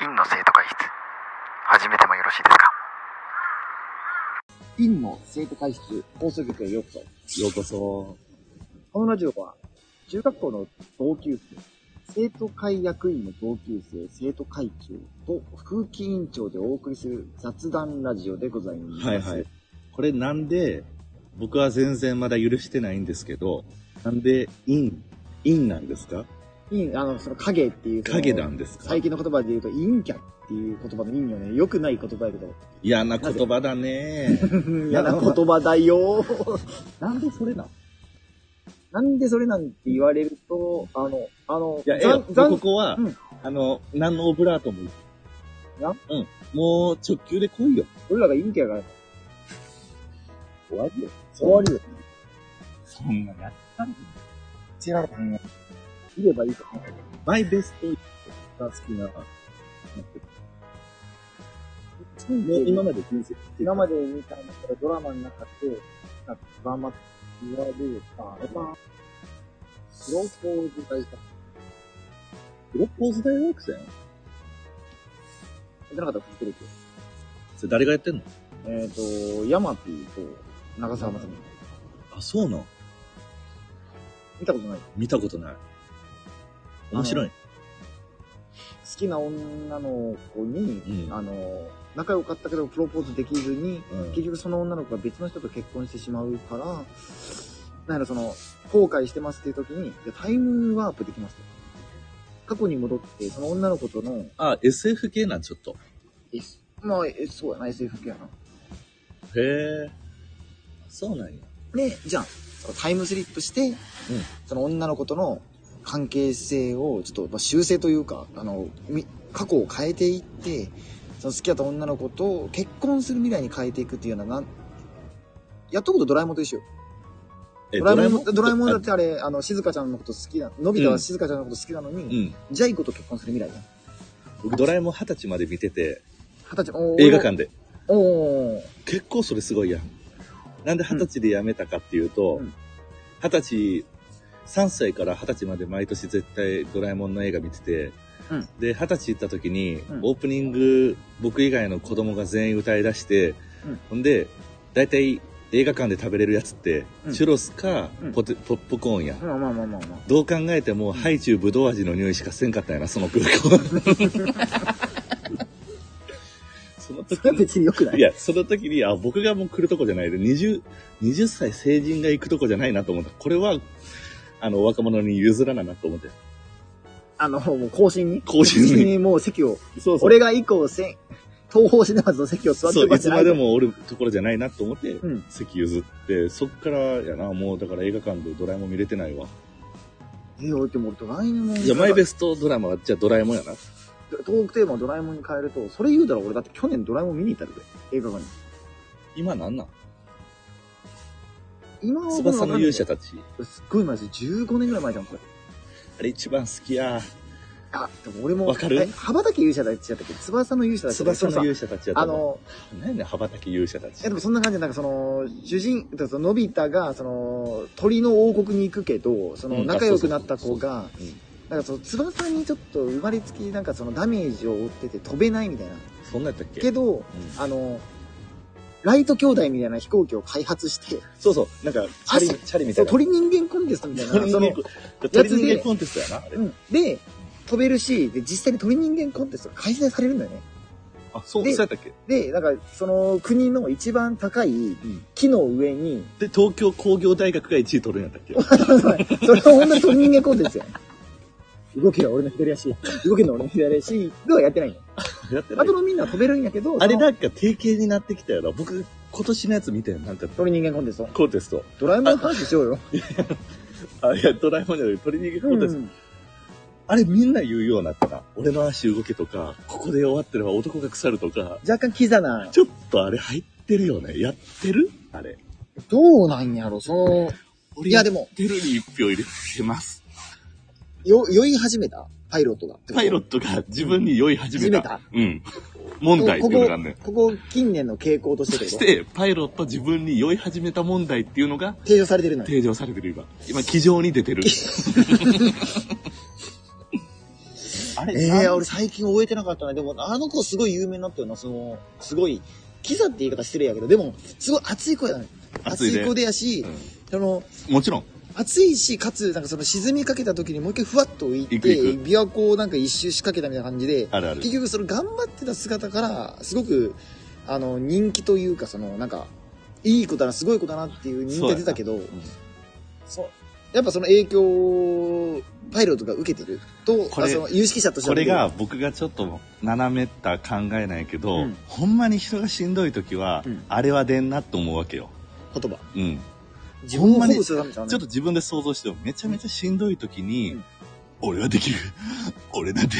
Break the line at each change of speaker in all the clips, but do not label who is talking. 院の生徒会室始めてもよろしいですか
院の生徒会室放送局へようこそ。ようこそ。このラジオは、中学校の同級生、生徒会役員の同級生、生徒会長と風紀委員長でお送りする雑談ラジオでございます。
はいはい。。これなんで、僕は全然まだ許してないんですけど、なんで、陰、陰なんですか
院、あの、その影っていう。
影な
その
んですか
最近の言葉で言うと、陰キャっていう言葉の意味はね、良くない言葉やけど、
嫌な言葉だね。
嫌な言葉だよ
なんでそれなん
なんでそれなんて言われると、あの、あの、
いや、ええ
ざん
よ
ざん
ここは、
うん
あの、何のオブラートも。
な
うん。もう直球で来いよ。
俺らが陰キャやから、
終わりよ。
終わりよ。
そんなやったん
違う。いればいいと思う。
マイベストが好きな。もう今まで人生
今まで見たんだったらドラマの中で、なんかドラマって言われるか、まあ、プロポーズ大作
プロポーズ大学生
じゃなかったら作れて。
それ誰がやってんの
えっ、ー、と、ヤマピーと長澤まさみ。
あ、そうなの
見たことない。好
見たことない。面白い。
きな女の子に、
うん
あの、仲良かったけどプロポーズできずに、
うん
結局その女の子が別の人と結婚してしまうから、なんやろその、後悔してますっていう時に、いやタイムワープできますと。過去に戻って、その女の子との、
あ、SF 系なん、ちょっと。
S、まあ、えそうやな、SF 系やな。
へえ。そうなんや。
で、じゃあ、そのタイムスリップして、その女の子との関係性を、ちょっと、まあ、修正というか、あの、み過去を変えていって、その好きだった女の子と結婚する未来に変えていくっていうような、なんやったことドラえもんと一緒よ。
え
ドラえもん、ドラえもんだっ
あ
てあれ、あの、静香ちゃんのこと好きな、のび太
う
は
ん
静香ちゃんのこと好きなの
う
に、
ん。
ジャイ子と結婚する未来だよ。
僕、ドラえもん二十歳まで見てて、
二十歳、おー
映画。館で。
おーおー
結構それすごいやん。なんで二十歳で辞めたかっていうと
うん、
二十歳、3歳から二十歳まで毎年絶対ドラえもんの映画見てて
うん、
で、二十歳行った時に
うん、
オープニング、僕以外の子供が全員歌い出して
うん、
ほんで、大体映画館で食べれるやつって
う、ん
チュロスか
うん
ポテポップコーンや。
まあまあまあまあまあ。
どう考えても、ハイチュウブドウ味の匂いしかせんかったんやな、その空間は。その時
それは別に良くない
いや、その時に、あ、僕がもう来るとこじゃないで、20、20歳成人が行くとこじゃないなと思った。これは、あの、若者に譲らななと思って。
あの、もう更新に
更新に
もう席を、
そうそう。
俺が以降せん、東方シネマズの席を座って
そ
る
う、
場合
い
じ
つ
ゃな
ま
い
で。もおるところじゃないなと思って、
うん
席譲って、そっからやな、もうだから映画館でドラえもん見れてないわ。
いや、でも俺ドラえもん。
じゃあ、マイベ
ス
ストドラマは、じゃあドラえもんやな。
トークテーマをドラえもんに変えると、それ言うたら俺だって去年ドラえもん見に行ったで、映画館に。
今なんなん
今はもうわか
翼
ん
の
ない
勇者たち。
すっごい前です。15年ぐらい前じゃん、これ。
あれ一番好きや。
あ、でも俺も、
わかる
え羽ばたき勇者だって違ったっけ翼の勇者だっけ
翼の勇者たちや
あ
と思
の、
う。あの、何やねん羽ばたき勇者た
い
ち
やで。もそんな感じで、なんかその、主人、そののび太が、その、鳥の王国に行くけど、その、
うん
仲良くなった子が
そうそうそう、
なんかその、翼にちょっと生まれつき、なんかその、ダメージを負ってて飛べないみたいな。
そんなんやったっけ
けど、
うん
あの、ライト兄弟みたいな飛行機を開発して、
そうそう、なんか、チャリ、
朝
チャリみた
そ
いうな。
鳥人間コンテストみたいな。
鳥人
そ
間
の
コンテスト。
やつで
鳥人間コンテストやな、あれ。
うん、で、飛べるし、で、実際に鳥人間コンテストが開催されるんだよね。
あ、そう、そう
で
やったっけ
で、なんか、その国の一番高い
ん
木の上に、
で、東京工業大学が1位取るんやったっけ
それは本当に鳥人間コンテストやね。動けよ、俺の左足。動けんの俺の左足。ではやってないの。
やってな
あ
い
と。のみんな飛べるんやけど、
あれ
その
なんか定型になってきたよな。僕、今年のやつ見たよ。なんか、
鳥人間コンテスト。
コンテスト。
ドラえもんの話しようよ。
あ、いや、ドラえもんじゃない、鳥人間コンテスト。
うん
あれみんな言うようになったな。俺の足動けとか、ここで終わってれば男が腐るとか、
若干キザな。
ちょっとあれ入ってるよね。やってるあれ。
どうなんやろ、その、
俺
いやでも
やってるに一票入れてます。
よ、酔い始めたパイロットが。
パイロットが自分に酔い始めた。うん。
ト
問題っていうのがあんねん。
ここ、ここ近年の傾向として
し
で
て、パイロット自分に酔い始めた問題っていうのが
提唱されてるのよ。
提示されてる今。今、机上に出てる。 あれ、
ええ
なん
俺最近終えてなかったな。でも、あの子すごい有名になったよな、その、すごい、キザって言い方失礼やけど、でも、すごい熱い子やな。
熱いね
子でやし、
うん
その、
もちろん。
熱いし、かつ、なんかその沈みかけた時にもう一回ふわっと浮いて、
行く行
琵琶湖をなんか一周仕掛けたみたいな感じで、
あるある。
結局その頑張ってた姿から、すごく、あの、人気というか、その、なんか、いい子だな、すごい子だなっていう人気が出たけど、
うん
そう。やっぱその影響をパイロットが受けてると、
これ
あその有識者として
こ
は
れが僕がちょっと斜めった考えないけど、
うん
ほんまに人がしんどい時は、
うん
あれは出んなって思うわけよ。
言葉。
うん。
自分を鼓舞するためじ
ち
ゃ
ょ
な
っ
い
と自分で想像してもめちゃめちゃしんどい時に、
うん
俺はできる。 俺だって、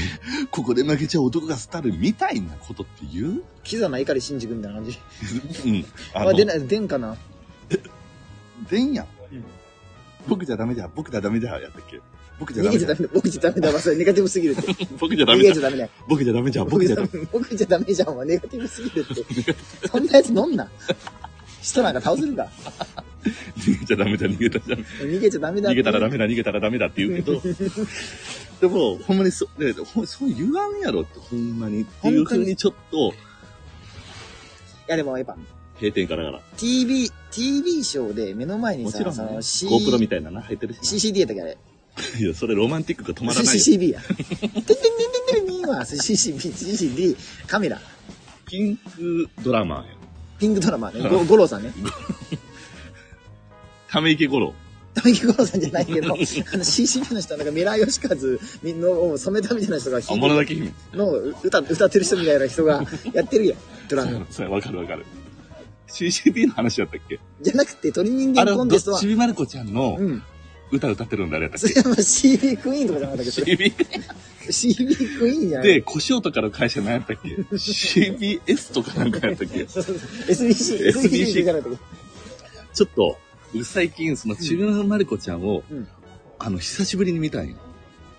ここで負けちゃう男がスタるみたいなことって言う
キザな怒り信じくみたいな感じ。
うん。あ
あ、
の、
出ない、出んかな。
出んやん
うん。
僕じゃダメだ、僕じゃダメだ、やったっけ僕じゃダ
逃
メ
げちゃ
だ
ダ、メだ。僕じゃダメだわ。それネガティブすぎるって。
僕じゃダ
逃
メ
げちゃ
だ、
ダメだよ。
僕じゃダメじゃん、僕
僕
じ
じゃ
ゃダ
ダ
メ
メ、僕じゃダメじゃんはネガティブすぎるって。そんなやつ飲んな。人なんか倒せるか。
逃げちゃダメ だ、逃げたじゃん。
逃げちゃダメだ。
逃げたらダメだ、逃げたらダメだって言うけど、 でも、ほんまにそ、で、ほそう歪むやろって、ほんまに。っていう風にちょっと、
いやでもやっぱ、
閉店からから。
TV、TV ショーで目の前に
も
さ、
ちろん、
そ
ね、
の C、
GoPro みたいなな、入ってるし
CCD やったっけあれ。
な。いや、それロマンティックが止まらないよ。
CCB や。てんてんてんてんてんてんは CCB、CCD、カメラ、
ピンクドラマーや。
ピンクドラマね、ご五郎さんね。
ため池五郎。
玉木五郎さんじゃないけど、あの CCB の人、なんかミラー吉和の染めたみたいな人が
あ、
弾い
もの
て
だけ姫。
の歌歌ってる人みたいな人がやってるやん、ドラム。
それわかるわかる。CCB の話やったっけ
じゃなくて鳥人間
あれ、
コ
ど
ンテストは
ち、びまる子ちゃんの
うん。
歌歌ってるんだ、あれやったっ
それはまあ CB クイーンとかじゃなかったけ
け
ど、
CB
CB クイーンじゃない
で、小塩とかの会社何やったっけ ?CBS とかなんかやったっけ
そうそうそう SBC、SBC じゃなかったけ
ちょっと、僕最近、その、ちびまる子ちゃんを、
うん
あの、久しぶりに見たんよ。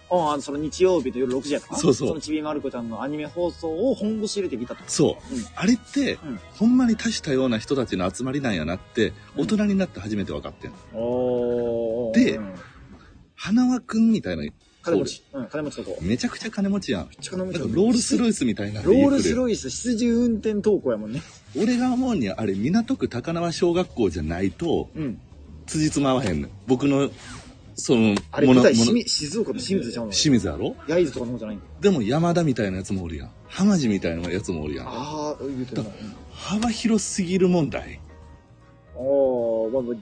ど。ああ、その日曜日の夜6時やった
そうそう
ちびまる子ちゃんのアニメ放送を本腰入れて見たと。
そう。
うん
あれって、
うん
ほんまに多種多様な人たちの集まりなんやなって、
うん
大人になって初めて分かってん。
お
ーで
うん、
花輪くんみたいな、
金持ち。うん、金持ちとこ。
めちゃくちゃ金持ちやん。
ちゃ金
な
持
ん
ち
か
だ
ロ
ね
ールスロイスみたいな。
ロールスロイス、羊運転投稿やもんね。
俺が思うに、あれ、港区高輪小学校じゃないと、
うん。
辻褄合わへんねん。僕の、その、
あれ、
もの
舞台、
もの
しみ静岡の清水ちゃうの
清水やろ
焼津とかの方じゃないんだ。
でも山田みたいなやつもおるやん。浜地みたいなやつもおるやん。
ああ、言うてるな。
幅広すぎる問題。
ああ、まあ、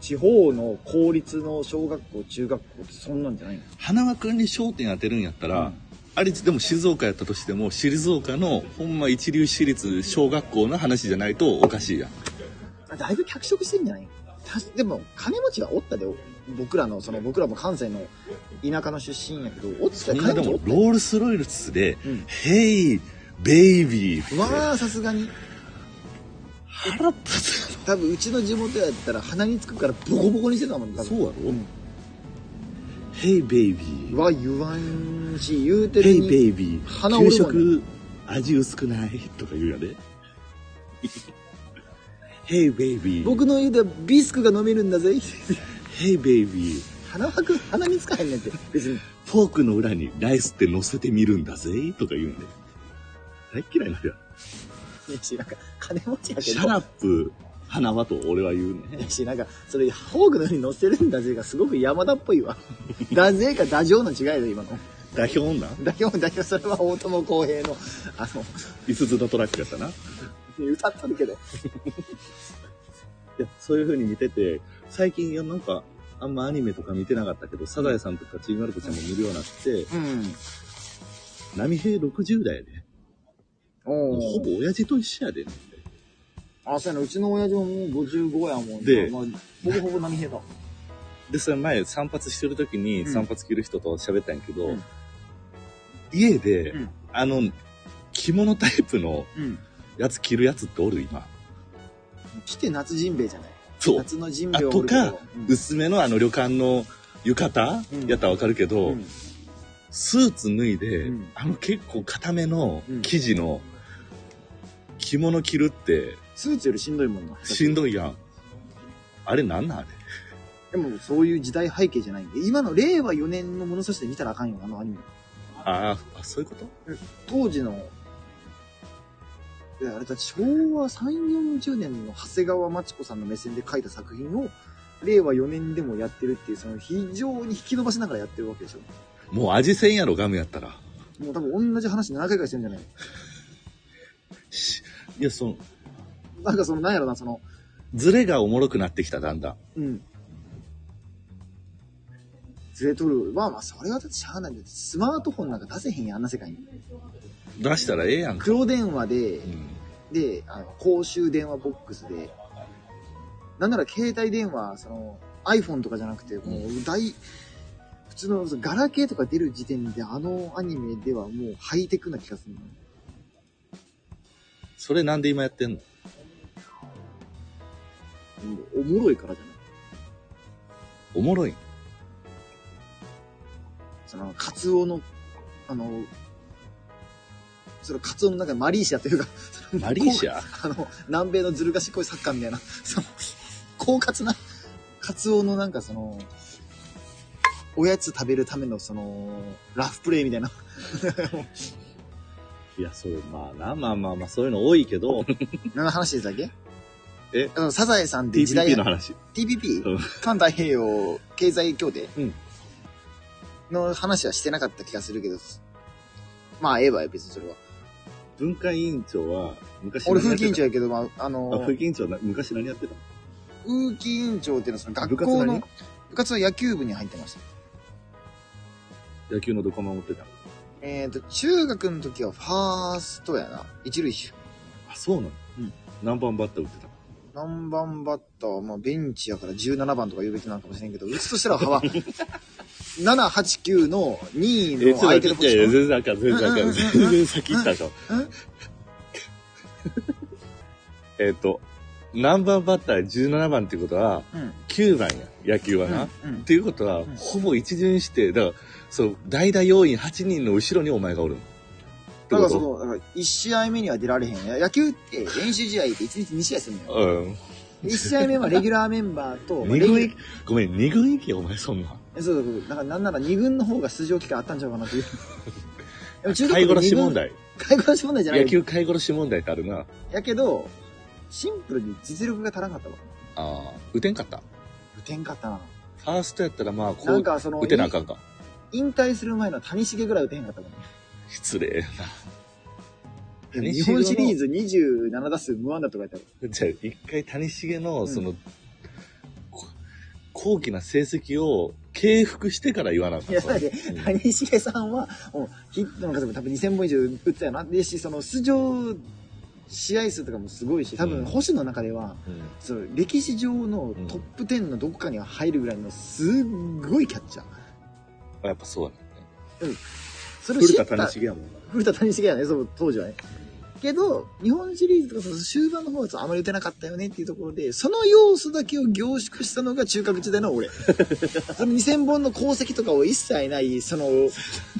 地方の公立の小学校、中学校ってそんなんじゃないの
花輪くんに焦点当てるんやったら、
うん
あれでも静岡やったとしても静岡のほんま一流私立小学校の話じゃないとおかしいやん
あだいぶ脚色してんじゃないたでも、金持ちはおったで、僕らの、その、僕らも関西の田舎の出身やけど、おった
そ
よ
んな
金
で
持ちお
も
った
ロ
よ。
ールスロイスで
うん
「ヘイベイビー」って
うわあ、さすがに。
腹立つ
多分、うちの地元やったら鼻につくからボコボコにしてたもん、多
そう
分。
やろ「ヘイベイビー」
は言わんし、言う
「
てる
ヘ
に。
イベイビー」
鼻
「給
折るもん
食味薄くない」とか言うや で「ヘイベイビー」
僕の家ではビスクが飲めるんだぜ。
「ヘイベイビー」
鼻はく、鼻につかへんねんって。別に。
フォークの裏にライスって乗せてみるんだぜとか言うんで。大っ嫌いになる
いやし、なんか、金持ちや
やん。
け
シ
ど。
ャラップ、花輪と俺は言う
いや
ね。
し、なんか、それ、フォークの上に乗せるんだぜがすごく山田っぽいわ。 だぜかダジョウの違いだよ、今の。
代表女
だけど、だけど、それは大友康平の、あ
五つのトラックやったな。
の、歌っとるけど。
いや、そういう風に見てて、最近いやなんか、あんまアニメとか見てなかったけど、サザエさんとかチームアルコちゃんも見るようになって、
うん。
波平60代やで。
お
もうほぼ親父と一緒やで。
あ、そうやな、うちの親父ももう55やもん。
で
まあ、ほぼほぼ波平だ。
で、それ前散髪してる時に
うん
散髪切る人と喋ったんやけど、
うん
家で、
うん
あの、着物タイプの
うん。
やつ着るやつっておる今。
来て夏ジンベエじゃない
そう。
夏のジンベエを折る
あと
うん
薄めのあの旅館の浴衣、
うん
やったらわかるけど、
うん
スーツ脱いで、
うん
あの結構固めの
うん
生地の着物着るって
スーツよりしんどいもんな。
しんどいやん。あれなんなんあれ
でもそういう時代背景じゃないんで、今の令和4年の物差しで見たらあかんよ、あのアニメ。
あーあ、そういうこと
当時の、いやあれだ、昭和3、40年の長谷川町子さんの目線で書いた作品を、令和4年でもやってるっていう、その非常に引き伸ばしながらやってるわけでしょ。
もう味せんやろ、ガムやったら。
もう多分同じ話7回ぐらいしてるんじゃない
しいや、その、
なんかその、なんやろな、その、
ズレがおもろくなってきた、だんだん。
うん。ずれとる。まあまあ、それはだってしゃあないんだよスマートフォンなんか出せへんやん、あんな世界に。
出したらええやんか。
黒電話で
う、ん。
で、あの、公衆電話ボックスで、なんなら携帯電話、その、iPhone とかじゃなくて、もう大、普通の、そのガラケーとか出る時点で、あのアニメではもうハイテクな気がするの。
それなんで今やってんの
もうおもろいからじゃない
おもろい。
その、カツオの、あの、そのカツオの中でマリーシアというか、その
マリーシア
あの、南米のずる賢いサッカーみたいな、その、狡猾な、カツオのなんかその、おやつ食べるためのその、ラフプレイみたいな。
いや、そう、まあな、まあまあまあ、そういうの多いけ ど、
何の話でしたっけ
え
あのサザエさんで時代
TPP の話。
TPP?
うん
環太平洋経済協定、
うん
の話はしてなかった気がするけど、まあ、ええわよ、別にそれは。
文化委員長は、昔
俺、
何や
風
っ
紀委員
て
長
た
やけど、まあ、あの
あ、風紀委員長な、昔何やってたの
風紀委員長っていうのはその学
部
校の
活何
部活の野球部に入ってました。
野球のどこ守ってたの
えっ、と、中学の時はファーストやな。一塁手。
あ、そうなの
うん。
何番バッター打ってたの
何番バッターは、まあ、ベンチやから17番とか言うべきなんかもしれんけど、うちとしたら幅、7、8、9の2位の相手のポジシ
いや
ョ
いや
ン。
全然あかん、全然あか
うん
ん、
うんうんうん
全然先行ったでしょ
うんうん。
えっと、何番バッター17番ってことは、
うん。
9番や、野球は
うん
な。
うん
っていうことは、
ん
ほぼ一巡して、だから、そう、代打要員8人の後ろにお前がおるの。って
だか
こ
らそ
と
の、だから1試合目には出られへんよ。野球って練習試合って1日2試合するのよ。
うん。
1試合目はレギュラーメンバーと、まあ
二
レギュ
軍行き、ごめん、二軍行きお前そんな。
そうそうそう。なんかなんなら2軍の方が出場機会あったんちゃうかな っていう。でも中
買い殺し
二軍
問題。
買い殺し問題じゃない
野球買い殺し問題ってあるな。
やけど、シンプルに実力が足らんかったわ。
ああ、打てんかった。
打てんかったな。
ファーストやったらまあ、こ
なん
う、
かその、
打てなあかんか。
引退する前の谷繁ぐらい打てへんかったもんね。
失礼谷繁の
日本シリーズ27打数無安打とかやったら。
な。じゃあ、一回谷繁
ん
の、その、こ高貴な成績を敬服してから言わなあか
い
っ
や、
た。
だって、谷繁さんは、もうヒットの数も多分2000本以上打ってたよな。でし、その、出場試合数とかもすごいし、多
う
分、
ん
保守の中では、
うんうん
その歴史上のトップ10のどこかには入るぐらいのすっごいキャッチャー。
やっぱそうだね。
それを
古
知っ
田
た
谷繁やもんな。
古田谷繁やね、そう、当時はね。けど、日本シリーズとかその終盤の方はあまり打てなかったよねっていうところで、その要素だけを凝縮したのが中核時代の 俺。その2000本の功績とかを一切ない、その、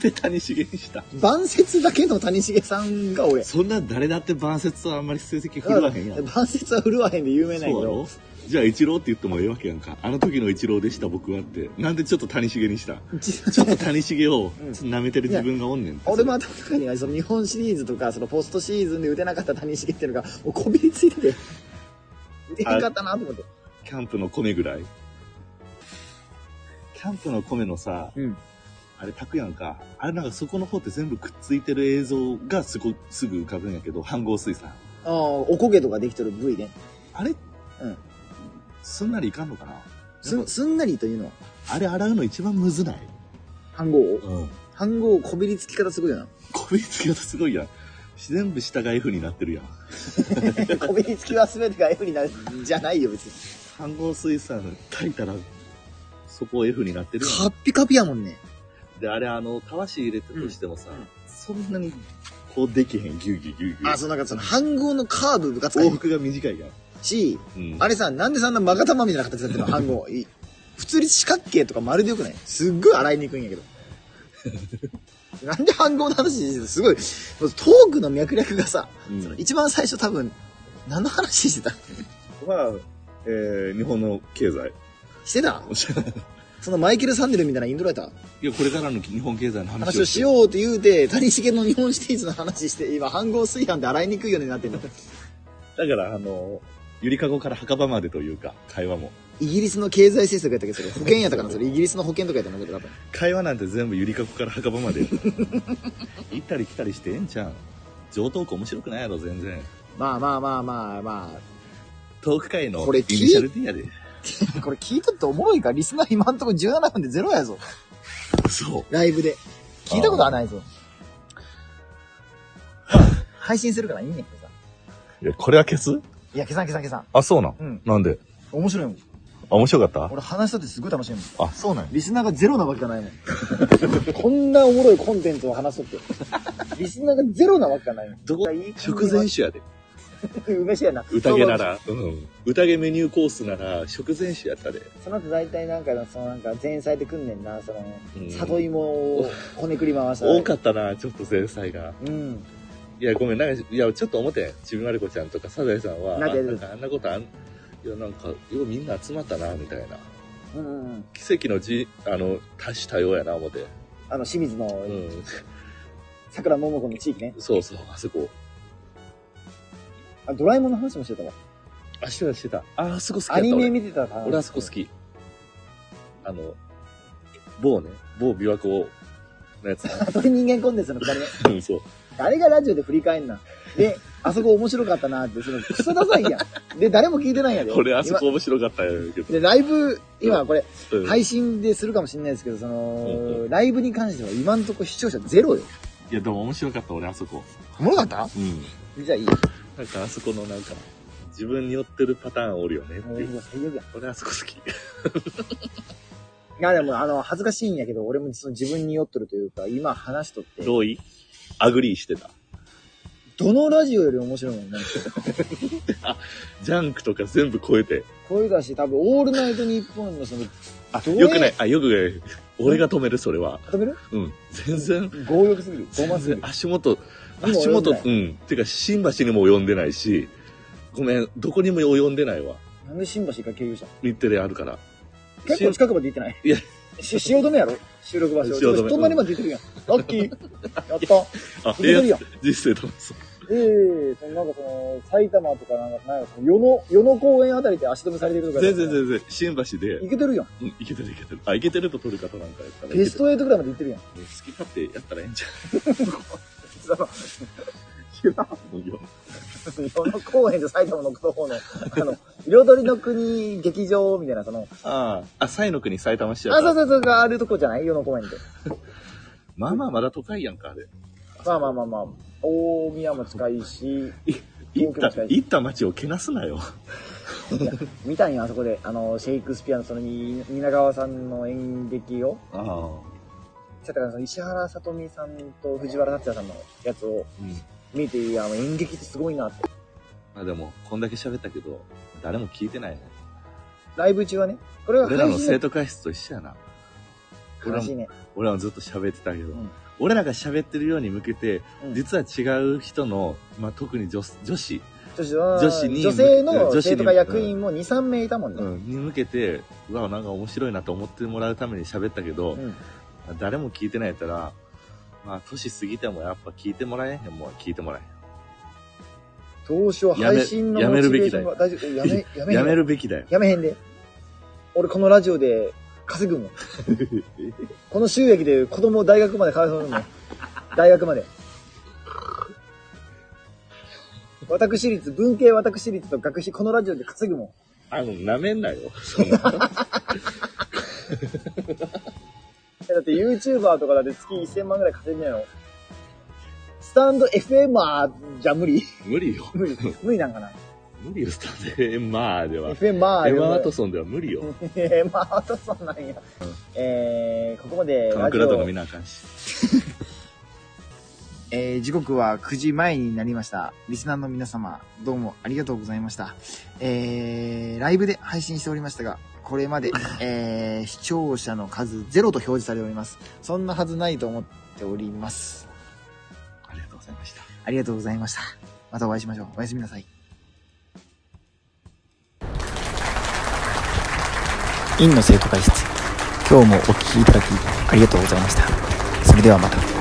で、谷繁にした。
晩節だけの谷繁さんが俺。
そんな誰だって晩節はあんまり成績
だ
振る
から
わへんやん。
晩節は振るわへんで有名なんや
そう
け
だ
ど
ろ、じゃあ、一郎って言ってもええわけやんか。あの時の一郎でした、僕はって。なんでちょっと谷繁にしたちょっと谷繁を
うん
舐めてる自分がおんねん。
俺も頭の中にはその日本シリーズとかそのポストシーズンで打てなかった谷繁っていうのがもうこびりついてて打てへんかったなと思って
キャンプの米ぐらいキャンプの米のさ、
うん
あれ炊くやんか。あれなんかそこの方って全部くっついてる映像がすごすぐ浮かぶんやけど、半合水産。
ああおこげとかできとる部位ね
あれ
うん
すんなりいかんのかな
すすんなりというのは
あれ洗うの一番むずない
飯号を
うん。
飯号をこびりつき方すごいよ な
こびりつき方すごいやん。全部下が F になってるやん。
こびりつきは全てが F になるじゃないよ別に
半合水産炊いたら、そこ F になってるやん。
カッピカピやもんね
で、あれ、あの、たわし入れたとしてもさ、
うん
そんなに、こうできへん、ぎゅうぎゅうぎゅうぎゅ
あそうなんかその飯号のカーブ部活
往
感
復が短いやん。
し
うん。
あれさなんでそんなマガタマみたいな形になってるの飯号いい普通に四角形とか丸でよくないすっごい洗いにくいんやけどなんで飯号の話してるすごいもうトークの脈絡がさ
うん
一番最初多分何の話してた
まあ、えー、日本の経済。
してたそのマイケル・サンデルみたいなインドライター
いや、これからの日本経済の話
話
を
を
し
し
よう。
ようって言うて谷繁の日本シリーズの話して今飯合炊飯で洗いにくいようになってるの
だから、あの、ゆりかごから墓場までというか、会話も。
イギリスの経済政策やったっけどそれ保険やったかなそれイギリスの保険とかやったのけど多分
会話なんて全部ゆりかごから墓場ま で。行ったり来たりしてええんちゃう上等句面白くないやろ、全然。
まあまあまあまあま
トーク会の
これ
イニシャル D やで。
あこれ聞いとっておもろいかリスナー今んとこ17分でゼロやぞ
そう。
ライブで聞いたことはないぞ配信するからいいねんけどさ
いや、これは消す
いや消さん消さん消さん
あ、そうなん。
うん
なんで
面白いもん
あ、面白かっ
俺話したってすごい楽しいもん
たあ、そうなんや
リスナーがゼロなわけがないもん。 こんなおもろいコンテンツを話しとって。リスナーがゼロなわけがないもん。
どこ
いい感じ
食前酒やで。
梅酒やな。
宴な。ら。うん。宴メニューコースなら、食前酒やったで。
その後大体なんか、そのなんか前菜でくんねんな、その、
うん
里芋をこねくり回した。
多かったな、ちょっと前菜が。
うん。
いや、ごめん、なんか、いや、ちょっと思ってん。ちびまる子ちゃんとか、サザエさんは、
なんで
あなんかあんなことあん、いや、なんか、ようみんな集まったな、みたいな。
うんうんうん。
奇跡のじ、あの、多種多様やな、思って。
あの、清水の
うん。
桜桃子の地域ね。
そうそう、あそこ。
あ、ドラえもんの話もしてたわ。
あ、してた、してた。あ、あそこ好きやった。
アニメ
俺
見てたら
俺あそこ好。き。あの、某ね、某琵琶湖 のやつ、ね。
あそれ人間コンテンツのくだりね。
うん、そう。
誰がラジオで振り返んな。で、あそこ面白かったなって、その、クソダサいやん。で、誰も聞いてないんやで。
俺、あそこ面白かったんやけど。
で、ライブ、今これ、
うん
配信でするかもしれないですけど、その、
うんう
ライブに関しては今んとこ視聴者ゼロよ。
いや、でも面白かった、俺、あそこ。
おもろかった
うん。
じゃあいい。
なんか、あそこの、なんか、自分に寄ってるパターンおるよね、って
もう
いう。
最悪や。
俺、あそこ好き。
いや、でも、あの、恥ずかしいんやけど、俺もその自分に酔っとるというか、今話しとって、
同意アグリーしてた。
どのラジオより面白いもんね。
ジャンクとか全部超えて。
こういうだし、多分、オールナイトニッポンのその、
あ、
どう
よくない。あ、よくない。俺が止める、それは。
止める
うん。全然、
強欲すぎる。傲慢
全
すぎ
然
る。
足元、
にも及
足
んで
元、
ない
うん。てか、新橋にも及んでないし、ごめん、どこにも及んでないわ。
なんで新橋が経由したの
日テレあるから。
結構近くまで行ってない
いや。
し汐留やろ収録場所。
汐留
でも隣まで行ってるやん。ラッキ ー。やった。行
あ、
け
え
てるやん。
人生楽しそう。
ええそのなんかその、埼玉とかなんか、なんかその、与野、与野公園あたりで足止めされてるとか。
全然全然、新橋で、
いけてるやん。
うん、いけてるいけてる。あ、いけてると撮る方なんかやったらいけてる。
ベスト8ぐらいまで行って るやん。
好き勝手やったらええんじ ゃん。いや
与野公園で埼玉の方の、 あの、彩りの国劇場みたいな、その、
ああ、あ、西の国埼玉市や
あ、
から
そうそうそう、あるとこじゃない与野公園で。
まあまあ、まだ都会やんか、あれ。
まあまあまあまあ、大宮も近いし、
行った、行った街をけなすなよ。
見たんよ、あそこで。あの、シェイクスピアのその、に蜷川さんの演劇を。
ああ。
ちょっとあの石原さとみさんと藤原竜也さんのやつを
うん。
見て、いや、演劇ってすごいなって。
まあでも、こんだけ喋ったけど、誰も聞いてないね。
ライブ中はね。これは
俺らの
配信
生徒会室と一緒やな。
悲しいね。
俺らもずっと喋ってたけど、
うん
俺らが喋ってるように向けて、
うん
実は違う人の、まあ特に女女子、
女子は
女子に
女性の
女子に
生徒会役員も2、3名いたもんね。
うん、に向けて、うわ、なんか面白いなと思ってもらうために喋ったけど、
うん
まあ誰も聞いてないやったら、まあ年過ぎてもやっぱ聞いてもらえへんもんは聞いてもらえ
どうしよう、
やめ
配信の
やめるべきだ
モ
よ
チベーションが大丈夫。や
へん。
め、やめ
や
へ
め
ん。
るべきだよ。
やめへんで。俺このラジオで稼 ぐもん。この収益で子供を大学まで通うもん。大学まで。私立、文系私立と学費、このラジオで稼ぐもん。
あの、舐めんなよ。そんな。
えだって YouTuber とかだって月1000万ぐらい稼いでんのスタンド FMR じゃ無理
無理よ。
無理無理なんかな
無理よ、スタンデーマーでは。
?FMR
エマ・ワ
と
トソンでは無理よ。
エマートソンなんや。えー、ここまで
鎌
ラジ
倉とか
オ
見、なあかんし。
えー、時刻は9時前になりました。リスナーの皆様、どうもありがとうございました。えー、ライブで配信しておりましたが、これま で、えー、視聴者の数ゼロと表示されております。そんなはずないと思っております。
ありがとうございました。
ありがとうございました。またお会いしましょう。おやすみなさい。院の生徒会室今日もお聞きいただきありがとうございましたそれではまた